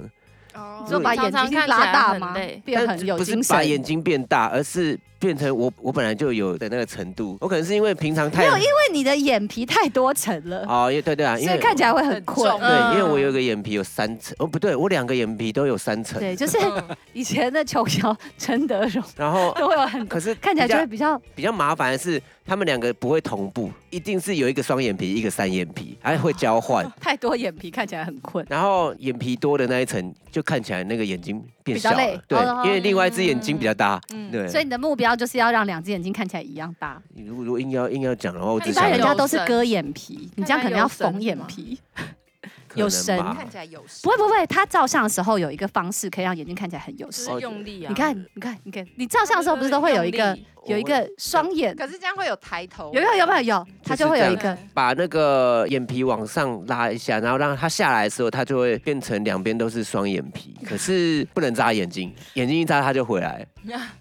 S5: 哦
S2: 你就把眼睛拉大吗？变很有
S1: 不是
S2: 精神
S1: 把，眼睛变大，而是变成我我本来就有的那个程度，我可能是因为平常
S2: 没
S1: 太
S2: 有，因为你的眼皮太多层了，
S1: 哦，因为对对啊，因
S2: 所以
S1: 为
S2: 看起来会很困
S5: 很。重
S1: 对，因为
S5: 嗯
S1: 我有一个眼皮有三层，哦不对，我两个眼皮都有三层，
S2: 对，就是
S5: 嗯
S2: 以前的琼瑶、陈德 容
S1: 然后
S2: 都会有很
S1: 可是
S2: 看起来
S1: 比较
S2: 就会比较
S1: 比较麻烦的是，他们两个不会同步，一定是有一个双眼皮，一个单眼皮，还会交换。
S2: 太多眼皮，看起来很困。
S1: 然后眼皮多的那一层，就看起来那个眼睛变
S2: 比较
S1: 小
S2: 累
S1: 了，对
S2: 哦，
S1: 因为另外一只眼睛比较大，
S5: 嗯
S1: 对。
S2: 所以你的目标就是要让两只眼睛看起来一样大。
S1: 你如果如果硬要硬要讲的话，我只
S2: 一
S1: 想
S2: 般人家
S5: 有
S2: 都是
S5: 神
S2: 割眼皮，你这样可能要缝眼皮。
S1: 可能
S2: 有神
S1: 吧
S4: 看起来有事
S2: 不。会不会，他照相的时候有一个方式可以让眼睛看起来很有
S5: 就
S2: 神。
S5: 是用力啊！
S2: 你看，你看，你看，你照相的时候不是都会有一个有一个双眼，
S4: 可是这样会有抬头，哎
S2: 有没有有没有有，他就会有一个
S1: 把那个眼皮往上拉一下，然后让它下来的时候，它就会变成两边都是双眼皮，可是不能眨眼睛，眼睛一眨它就回来。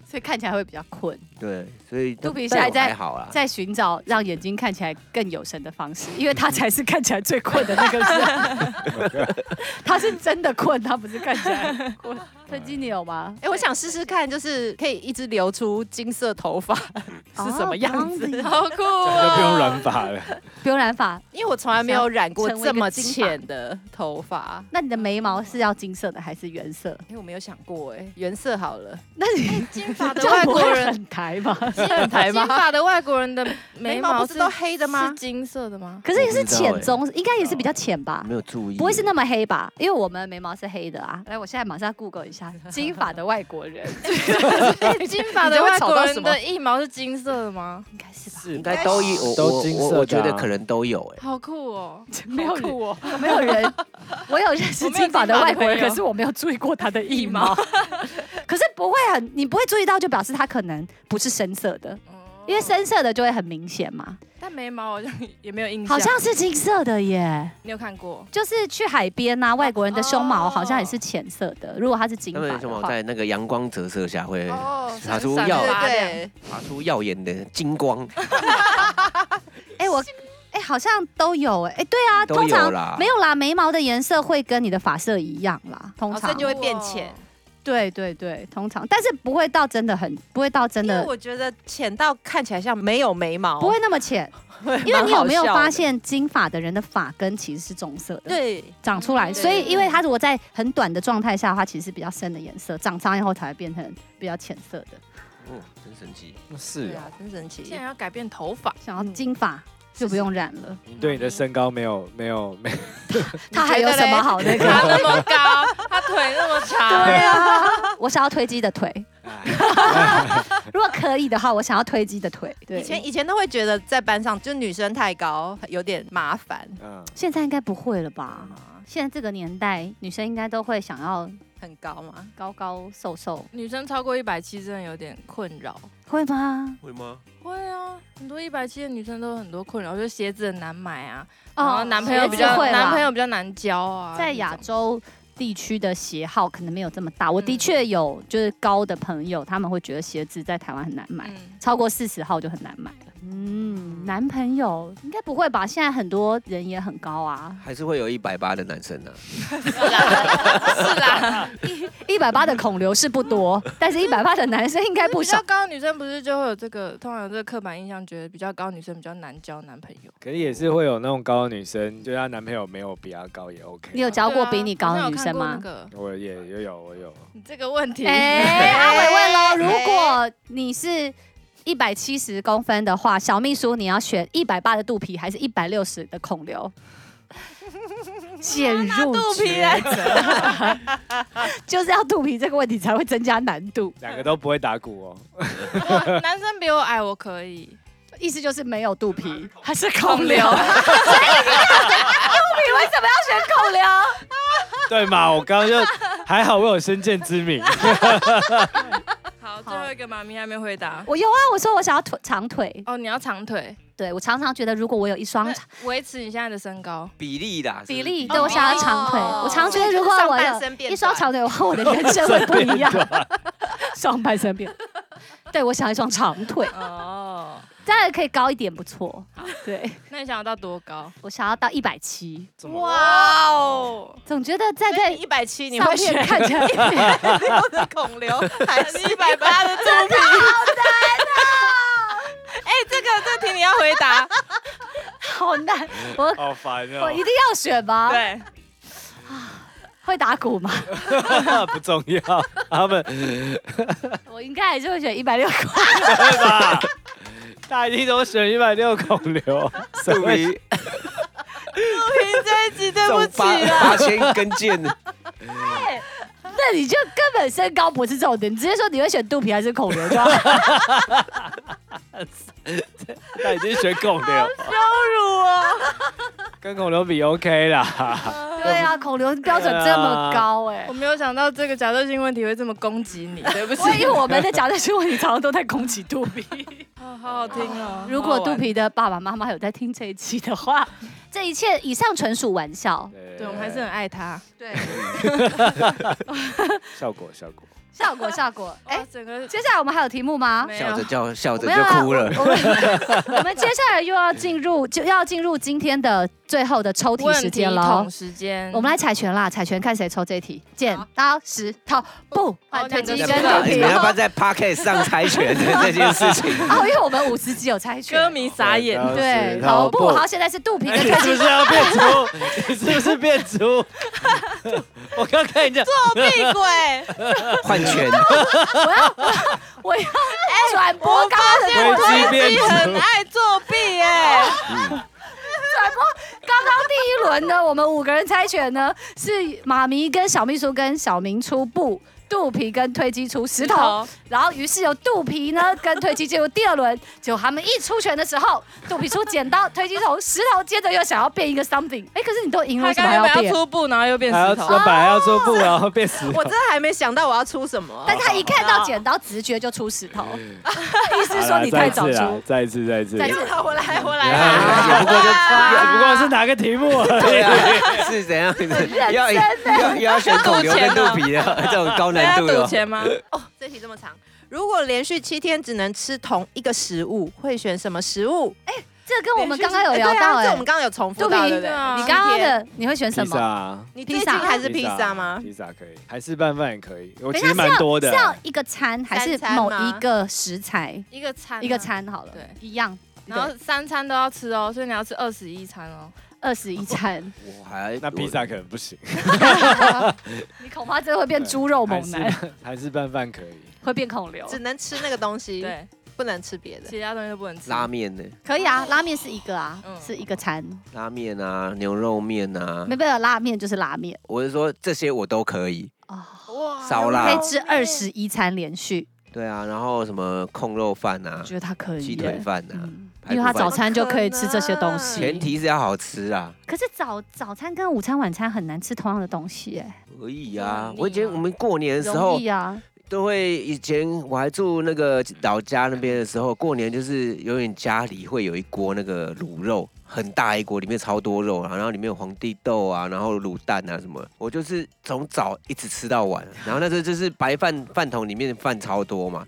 S2: 所以看起来会比较困，
S1: 对，所以
S2: 肚皮
S1: 但
S2: 现在
S1: 我
S2: 在
S1: 还好啊啦，
S2: 在寻找让眼睛看起来更有神的方式，因为他才是看起来最困的那个人， 他是真的困，他不是看起来 很困。飞机你有吗？
S4: 哎、我想试试看，就是可以一直留出金色头 发是什么样子
S2: 哦这样子
S5: 好酷
S3: 这样就不用
S5: 哦！
S3: 染发了。
S2: 不用染发，
S4: 因为我从来没有染过
S2: 想成为
S4: 这
S2: 一个
S4: 么
S2: 金发
S4: 浅的头发。
S2: 那你的眉毛是要金色的还是原色？
S4: 哎、我没有想过、哎，原色好了，
S2: 那你
S5: 金 发的
S2: 这样
S5: 外
S2: 不
S5: 国
S2: 会
S5: 人，
S2: 很台吗？
S5: 金
S4: 台吗
S5: 发的外国人 的眉
S4: 眉毛
S5: 毛
S4: 不是都黑的吗
S5: 是金色的 吗？
S2: 可是也是
S1: 我不知道
S2: 浅
S1: 欸
S2: 棕，应该也是比较浅吧？
S1: 没有注意，
S2: 不会是那么黑吧？因为我们眉毛是黑的啊。来，我现在马上 Google 一下金发的外国人，
S5: 金发的外国人的腋毛是金色的吗？
S2: 应该是吧？
S3: 是
S1: 应该都有，我
S3: 都
S1: 我
S3: 金
S1: 我
S3: 色
S1: 我
S3: 的
S1: 觉得
S3: 啊
S1: 可能都有哎、
S5: 好酷 哦！
S2: 没有人，
S5: 哦！
S2: 没有人，我有认识
S5: 我没有
S2: 金发的外国人，
S5: 金发的朋友
S2: 可是我没有注意过他的腋毛。 可是不会很，你不会注意到，就表示他可能不是深色的，因为深色的就会很明显嘛。
S5: 哦但眉毛好像也没有印象，
S2: 好像是金色的耶，
S5: 你有看过？
S2: 就是去海边呐、啊，外国人的胸毛
S5: 哦
S2: 好像也是浅色的。如果他是金
S1: 他
S2: 发
S1: 们什
S2: 的
S1: 么
S2: 话，
S1: 在那个阳光折射下会
S5: 哦
S1: 打出
S5: 闪闪
S1: 药
S5: 发
S1: 好
S5: 亮，
S1: 发出耀眼的金光，
S2: 啊哎、我哎、好像都有哎、哎、对啊，
S1: 嗯都
S2: 通常
S1: 有啦。
S2: 没有啦，眉毛的颜色会跟你的发色一样啦，通
S4: 哦
S2: 常、
S4: 所以就会变浅。
S2: 对对对，通常，但是不会到真的很，不会到真
S4: 因为
S2: 的，
S4: 我觉得浅到看起来像没有眉毛，
S2: 不会那么浅。 因为
S4: 蛮
S2: 你有
S4: 好
S2: 没有
S4: 笑
S2: 发
S4: 的？
S2: 现金发的人的发根其实是棕色的，，
S4: 对，
S2: 长出来，
S5: 嗯
S2: 所以
S5: 对
S2: 因为它如果在很短的状态下的话，其实是比较深的颜色，长长以后才会变成比较浅色的。
S1: 哦，真神奇。
S3: 是
S5: 哎
S4: 对啊，真神
S5: 现
S4: 奇
S5: 在。要改变头 发，
S2: 想要金发就不用染了，
S3: 你对你的身高没有没有没有
S2: 它还有什么好 那
S5: 他
S2: 个？
S5: 那么高，他腿那么
S2: 对
S5: 长，
S2: 啊， 我想要推机的腿，
S3: 哎
S2: 如果可以的话，我想要推机的腿。对，
S4: 以前以前都会觉得在班上就女生太高有点麻烦，
S3: 嗯，
S2: 现在应该不会了吧？现在这个年代，女生应该都会想要
S4: 很高嘛。
S2: 高高瘦瘦，
S5: 女生超过一百七真的有点困扰。
S2: 会吗？
S1: 会吗？
S5: 会啊，很多一百七的女生都有很多困扰，就是鞋子很难买啊，
S2: 哦
S5: 然后男朋友比较
S2: 鞋子会啦
S5: 男朋友比较难交啊，
S2: 在亚洲地区的鞋号可能没有这么大。我
S5: 嗯
S2: 的确有就是高的朋友，他们会觉得鞋子在台湾很难
S5: 这
S2: 买，
S5: 种，嗯
S2: 超过四十号就很难买了。嗯，男朋友应该不会吧？现在很多人也很高 啊，
S1: 还是会有一百八的男生啊。
S5: 是啦，
S2: 一百八的孔刘是不 多，但是一百八的男生应该不
S5: 比
S2: 少
S5: 较。高的女生不是就会有这个，通常有这个刻板印象，觉得比较高的女生比较难交男朋友。
S3: 可是也是会有那种高的女生，就她男朋友没有比她高也 OK 啊。
S2: 你有交过比你高的女
S5: 对啊
S2: 生
S5: 我没有看过那
S2: 吗？
S5: 个
S3: 我也也有我有，
S5: 你这个问题，
S2: 哎，阿伟问喽，
S4: 哎
S2: 如果你是一百七十公分的话，小秘书你要选一百八的肚皮还是一百六十的孔 刘？减入肚皮来就是要肚皮这个问题才会增加难度，
S3: 两个都不会打鼓哦。
S5: 我 男生比我矮，我可以。
S2: 意思就是没有肚皮，还是孔 刘？
S5: 孔
S2: 所以你肚皮为什么要选孔刘？
S3: 对嘛，我刚刚就还好，我有身见之明。
S5: 好，最后一个妈咪还没回答。
S2: 我有啊，我说我想要腿长腿，
S5: 哦，你要长腿，
S2: 对我常常觉得如果我有一双 长
S5: 维持你现在的身高。
S1: 比例啦，
S2: 比
S1: 是
S2: 例，
S1: 不
S2: 对
S1: 是
S2: 我
S1: 比
S2: 想要长腿，
S4: 哦
S2: 我常觉得如果我
S4: 上半
S2: 有
S4: 身变
S2: 一双
S4: 短
S2: 长腿的话，我的人生会不一样。 上半身变，对我想要一双长腿，
S5: 哦，
S2: 当然可以高一点，不错。对
S5: 那你想要到多高？
S2: 我想要到一百七，
S3: 怎么
S4: 哇哦！
S5: 哦，
S2: 总觉得站 在
S4: 一百七，你
S2: 上
S4: 会选
S2: 面看 起来
S4: 六的孔刘 还是一百八的？
S5: 哎，这个这题你要回答。
S2: 好难，我
S3: 好烦
S2: 我
S3: 哦
S2: 一！定要选吗？
S5: 对，
S2: 会打鼓 吗？
S3: 不重要，他们
S2: 我应该还是会选一百六。
S3: 对吧？大家一定都选一百六孔流，什
S1: 肚
S3: 么
S1: 皮
S5: 听这一集对
S2: 啊
S5: 不起
S1: 啊八
S5: 啦。
S1: 八千根 箭，
S2: 那你就根本身高不是重点，你直接说你会选肚皮还是孔刘就 好。
S3: 他已经选孔流，羞辱哦！ 跟孔流比 OK 啦，
S2: 对啊，孔刘标准这么高 哎、
S5: 我没有想到这个假设性问题会这么攻击 你，对不起。
S2: 所以我们的假设新闻里常常都在攻击肚皮。
S5: 好好听哦。
S2: 如果肚，皮的爸爸妈妈有在听这一期的话，这一切以上纯属玩笑。
S5: 对我们还
S3: 呃
S5: 是很爱他。
S2: 对，
S3: 效果效果。
S2: 效果效 果。哎、
S5: 哎，整个
S2: 接下来我们还有题目吗？
S5: 没
S1: 笑
S5: 有
S1: 着。叫笑
S2: 我啊
S1: 着
S2: 们要
S1: 就哭了。
S2: 我们我们接 下来又要进入就要进入今天的最后的抽题
S5: 问
S2: 时
S5: 题
S2: 间喽
S5: 桶。时间，哦
S2: 我们来彩拳啦，彩拳看谁抽这一题，剪刀石头布，换
S5: 两
S2: 腿
S5: 个
S2: 肌
S5: 都
S2: 跟
S5: 是
S2: 肚
S1: 哎你
S2: 皮。
S1: 们要不要在 Pocket 上猜拳 的这件事情？
S2: 哦，因为我们五十集有猜
S5: 歌
S2: 拳，
S5: 迷傻眼。
S2: 对，头部好，现在是肚皮
S3: 哎
S2: 跟
S3: 你
S2: 腿
S3: 是不
S2: 肌
S3: 是。要变粗？ 你是不是变粗？ 我刚看你讲，
S4: 屁鬼！
S1: 换拳，
S2: 我要转播刚刚的
S3: 危机变粗
S4: 很。爱作弊耶！
S2: 转播刚刚第一轮呢，我们五个人猜拳呢是妈咪跟小秘书跟小明出布。肚皮跟推机出石头，然后于是由肚皮呢跟推机进入第二轮。就他们一出拳的时候，肚皮出剪刀，推机从石头，接着又想要变一个 something。哎，可是你都赢了，
S5: 他
S2: 为什
S5: 刚
S2: 么还要
S5: 刚本来
S2: 变
S5: 要？出布，然后又变
S3: 还要
S5: 石
S3: 做，
S5: 头
S3: 本。来要做布，然后 变石头
S4: 我。真的还没想到我要出什么。
S2: 但他一看到剪刀，直觉就出石头，
S3: 哦
S2: 意思是说
S3: 好啦
S2: 你太早
S3: 再一次啦
S2: 出。
S3: 再一次，再一次。
S2: 再
S3: 哎
S2: 一次啊
S4: 好，我来，我
S1: 啊
S4: 来。
S1: 也不过就
S3: 只不过是哪个题目 而
S1: 对
S3: 已。
S1: 啊，是怎样？要要要选孔刘跟肚 皮的这种高难
S5: 大家
S1: 度
S5: 赌
S1: 的，
S5: 钱吗？
S4: 哦，这题这么长。如果连续七天只能吃同一个食物，会选什么食物？
S2: 这跟我们刚刚有聊
S4: 对啊
S2: 到
S4: 这
S2: 哎
S4: 我们，刚刚有重复
S2: 肚皮
S4: 到，对不
S5: 对
S4: 对？
S5: 啊
S2: 你
S4: 你
S2: 刚
S4: 刚
S2: 刚
S4: 刚的，
S2: 的你会选什
S3: 披
S2: 么？
S3: 萨，啊
S4: 你最近还是披萨吗？
S3: 披萨可以，还是拌饭也可以。我
S2: 等一
S3: 其
S2: 下
S3: 实
S2: 是
S3: 蛮
S2: 要
S3: 多的
S2: 是。要一个餐还是
S4: 三餐
S2: 某一
S4: 吗
S2: 个食材？
S5: 一个餐啊
S2: 一个，餐好了，
S5: 对
S2: 一样，
S5: 然后三餐都要吃哦，所以你要吃二十一餐哦。
S2: 二十一餐，
S1: 我还
S3: 那披萨可能不行，
S2: 你恐怕真的会变猪肉猛啊男，
S3: 还是 还是拌饭可以。
S2: 会变孔流。
S4: 只能吃那个东西，
S5: 对，
S4: 不能吃别的。
S5: 其他东西都不能吃。
S1: 拉面呢？
S2: 可以啊，拉面是一个啊，
S5: 嗯
S2: 是一个餐，
S1: 拉面啊，牛肉面啊
S2: 没，办法，拉面就是拉面
S1: 我是说这些我都可以。
S2: 哦，
S5: 哇
S1: 少啦
S2: 可以吃二十一餐连续，
S1: 对啊，然后什么控肉饭
S2: 我
S1: 啊，
S2: 觉得他可以耶。
S1: 鸡腿饭啊，
S2: 嗯
S1: 排
S2: 因
S1: 骨饭
S2: 为他早餐就可以吃这些东
S4: 怎么可能
S1: 前
S2: 西，
S1: 提是要好吃啊。
S2: 可是早早餐跟午餐晚餐很难吃同样的东西，哎，
S1: 可以
S5: 啊
S1: 啊
S5: 你，
S1: 我以前我们过年的时
S2: 容
S1: 候嗯
S2: 易啊，
S1: 都会，以前我还住那个老家那边的时候，过年就是有点家里会有一锅那个卤肉，很大一锅，里面超多肉，然后里面有皇帝豆啊，然后卤蛋啊什么，我就是从早一直吃到晚，然后那时候就是白饭饭桶里面饭超多嘛。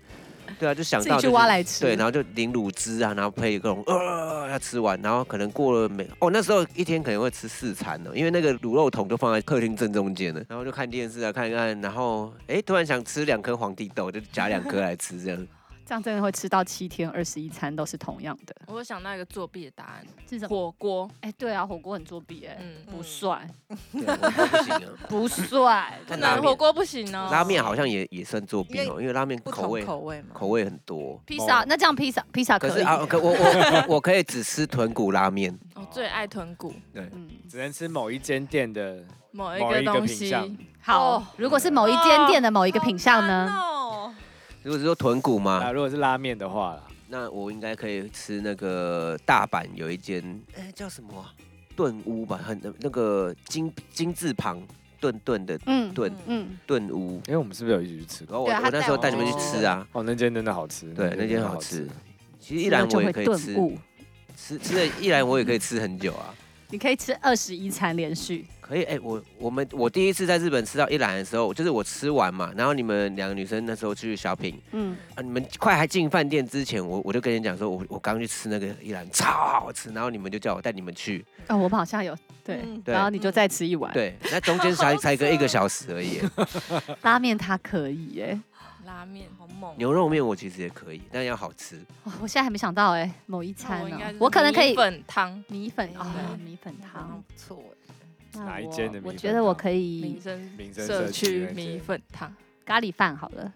S1: 对啊，就想
S2: 自
S1: 到、
S2: 己
S1: 就
S2: 去
S1: 是、
S2: 挖来吃。
S1: 对，然后就淋卤汁啊，然后配各种呃，要吃完，然后可能过了没哦，那时候一天可能会吃四餐呢，因为那个卤肉桶就放在客厅正中间的，然后就看电视啊，看一看，然后哎，突然想吃两颗皇帝豆，就夹两颗来吃这样。
S2: 这样真的会吃到七天二十一餐都是同样的。
S5: 我有想到一个作弊的答案，
S2: 是什么？
S5: 火锅。
S2: 哎、对啊，火锅很作弊哎、
S5: 嗯，
S2: 不帅，
S1: 对我不行啊
S2: 不帅，
S1: 看
S5: 那
S1: 拉
S5: 火
S1: 面，
S5: 锅不行哦。
S1: 拉面好像也也算作弊
S4: 因
S1: 哦，因为拉面
S4: 不
S1: 口味
S4: 同口味嘛。
S1: 口味很多。
S2: 披萨，那这样披萨披萨
S1: 可
S2: 可
S1: 是
S2: 以。
S1: 啊，可我我我可以只吃豚骨拉面，
S5: 我最爱豚骨，
S2: 嗯，
S3: 只能吃某一间店的，
S5: 某一
S3: 某
S5: 个
S3: 一个
S5: 东
S3: 品
S5: 西。
S3: 项
S2: 好、
S5: 哦
S2: 如果是某一间店的某一个品相呢？
S4: 哦，
S1: 如果是说豚骨嘛
S3: 啊，，如果是拉面的话啦，
S1: 那我应该可以吃那个大阪有一间，
S2: 呃
S1: 哎、叫什么、啊？炖屋吧，很那个金金字旁顿顿的
S2: 嗯
S1: 顿
S2: 嗯，
S1: 顿屋。
S3: 因为我们是不是有一起去吃？
S1: 然后我
S2: 对啊他
S1: 我那时候带
S2: 带
S1: 你
S2: 我
S1: 们
S2: 们
S1: 去
S2: 去
S1: 吃啊，
S3: 哦，那间真的好吃，
S1: 对，那间
S3: 真的
S1: 好吃。其实一兰
S2: 吃了就
S1: 我也
S2: 会
S1: 可以
S2: 顿
S1: 吃，
S2: 悟
S1: 吃吃了一兰我也可以吃很久啊。
S2: 你可以吃二十一餐连续，
S1: 可以哎、我我们我第一次在日本吃到一兰的时候，就是我吃完嘛，然后你们两个女生那时候去 shopping，
S2: 嗯，
S1: 啊，你们快还进饭店之前，我我就跟你讲说，我我刚去吃那个一兰超好吃，然后你们就叫我带你们去，
S2: 哦，我们好像有对、
S4: 嗯
S1: 对
S2: 然后你就再吃一碗，，
S1: 对，那中间才才隔一个小时而已。
S2: 拉面它可以哎、
S5: 拉面好猛哦
S1: 牛肉面我其实也可以，但要好吃。
S2: 哇我现在还没想到哎、某一
S5: 那
S2: 餐
S5: 我应
S2: 呢、
S5: 该是
S2: 我可能可以
S5: 米粉汤，
S2: 米粉
S4: 哎
S2: 啊，米粉汤，
S4: 不错哎，
S2: 那
S3: 哪一
S2: 我
S3: 间的米
S2: 我
S3: 粉
S2: 觉得我
S3: 汤
S2: 可以
S5: 民生
S3: 民生
S5: 社
S3: 社
S5: 区
S3: 区那
S5: 米
S3: 间
S5: 粉汤，
S2: 咖喱饭好了，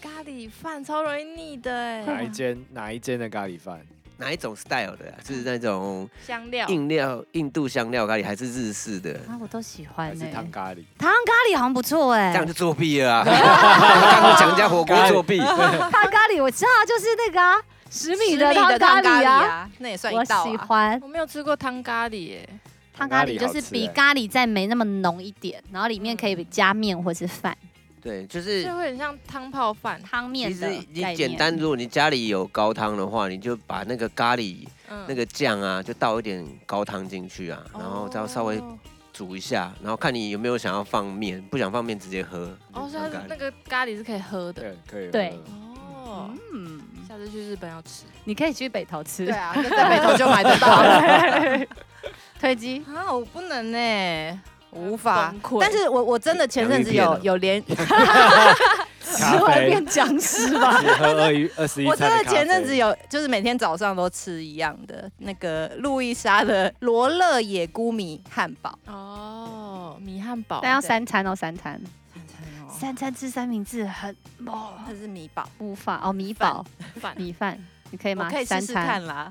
S5: 咖喱饭超容易腻的
S3: 哪
S5: 哎，
S3: 一间哪一间的咖喱饭？
S1: 哪一种 style 的、啊？是那种
S5: 香料
S1: 印料、印度香料咖喱，还是日式的？
S2: 啊，我都喜
S3: 还
S2: 欢
S3: 是
S2: 哎、
S3: 糖咖喱？
S2: 糖咖喱好像不错哎、
S1: 这样就作弊了啊！刚刚讲人家火锅作弊，
S2: 糖咖喱我知道就是那个啊，十米的
S4: 十米
S2: 糖咖喱啊，，
S4: 那也算
S2: 我
S4: 一道
S2: 喜
S4: 啊。
S2: 欢
S5: 我没有吃过汤咖喱耶，
S2: 糖咖喱，
S3: 糖咖喱
S2: 就
S3: 好
S2: 是
S3: 吃
S2: 比
S1: 欸
S3: 哎
S2: 咖喱再没那么浓一点，然后里面可以加面或是饭
S4: 嗯
S1: 对，就是
S5: 这会很像汤泡饭。
S2: 汤面
S1: 其
S2: 的
S1: 实你
S2: 概
S1: 简
S2: 念嗯
S1: 单，如果你家里有高汤的话，你就把那个咖喱
S5: 嗯
S1: 那个酱啊，就倒一点高汤进去啊，然后再稍微
S5: 哦
S1: 煮一下，然后看你有没有想要放面，不想放面直接喝。
S5: 哦，
S1: 就
S5: 所以它
S1: 当咖喱
S5: 是那个咖喱是可以喝的。
S3: 对，可以。
S2: 对
S3: 呃
S5: 哦，
S2: 嗯，
S5: 下次去日本要吃。
S2: 你可以去北投吃
S4: 对，啊，在北投就买得到 了
S2: 推机
S4: 啊！我不能哎，我无法
S5: 崩。溃
S4: 但是我我真的前阵子
S1: 洋芋
S4: 有
S1: 片啊
S4: 有连，
S3: 咖
S2: 吃完
S3: 啡
S2: 变僵尸吧。
S3: 只喝二一二十一
S4: 我
S3: 餐
S4: 真的
S3: 的咖
S4: 前阵子
S3: 啡
S4: 有，就是每天早上都吃一样的那个路易莎的罗勒野菇米汉堡。
S5: 哦，米汉堡。
S2: 但要三餐哦，三餐，
S4: 哦
S2: 三餐吃三明治很猛，
S4: 它是米堡，
S2: 无法哦，米堡
S5: 饭
S2: 米饭，你可以
S4: 我
S2: 吗？
S4: 可以试
S2: 三
S4: 试
S2: 餐
S4: 看啦，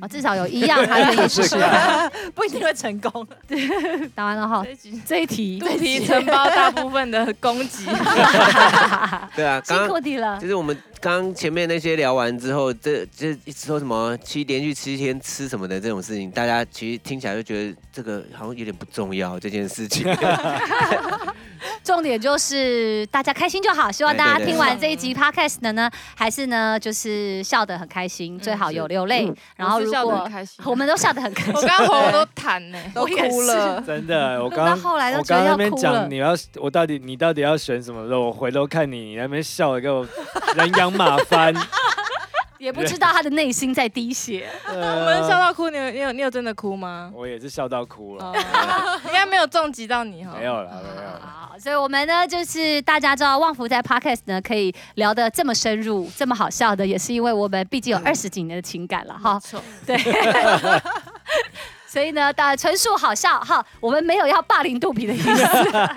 S2: 啊，至少有一样还 可以试试看。
S4: 不一定会成功。
S2: 打完了哈，
S5: 这一集
S2: 这一题，
S5: 肚皮承包大部分 的攻击。
S1: 对啊，刚
S2: 辛
S1: 刚
S2: 苦你了
S1: 就。是我们刚前面那些聊完之后，这这一直说什么七连续七天吃什么的这种事情，大家其实听起来就觉得这个好像有点不重要这件事 情。
S2: 重点就是大家开心就好，希望
S1: 哎
S2: 大家
S1: 对对
S2: 听完这一集 podcast 的呢，还是呢就是笑得很开心，
S5: 嗯
S2: 最好有流泪。然后
S5: 我是
S2: 如
S5: 笑得很
S2: 果
S5: 开心，
S2: 我们都笑得很 开
S5: 我
S2: 心，
S5: 刚刚喉咙都痰呢。
S4: 都
S2: 我也
S4: 哭
S2: 是
S4: 了。
S3: 真的，
S2: 录
S3: 我刚
S2: 到
S3: 刚
S2: 后来都
S3: 我
S2: 觉
S3: 刚
S2: 得
S3: 刚
S2: 要
S3: 那边
S2: 哭了
S3: 讲你。要我到底你到底要选什么肉，我回头看你，你那边笑的给我人仰马翻。
S2: 也不知道他的内心在滴血。
S5: 我
S3: 我
S5: 们笑，到哭，你有你有你有真的哭吗？
S3: 呃我也是笑到哭了，
S5: 哦应该没有重击到你哈。
S3: 没有了，没有了。
S2: 好，所以我们呢，就是大家知道旺福在 podcast 呢可以聊得这么深入、这么好笑的，也是因为我们毕竟有二十几年的情感了哈
S5: 没。错，
S2: 对。所以呢，大家纯属好笑哈，我们没有要霸凌肚皮的意思。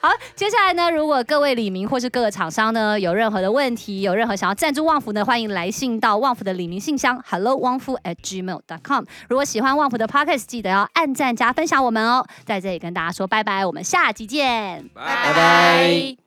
S2: 好，接下来呢，如果各位李明或是各个厂商呢有任何的问题，有任何想要赞助旺福呢，欢迎来信到旺福的李明信箱 hello 旺福 at gmail dot com。如果喜欢旺福的 podcast，记得要按赞加分享我们哦。在这里跟大家说拜拜，我们下集见。
S1: 拜
S4: 拜。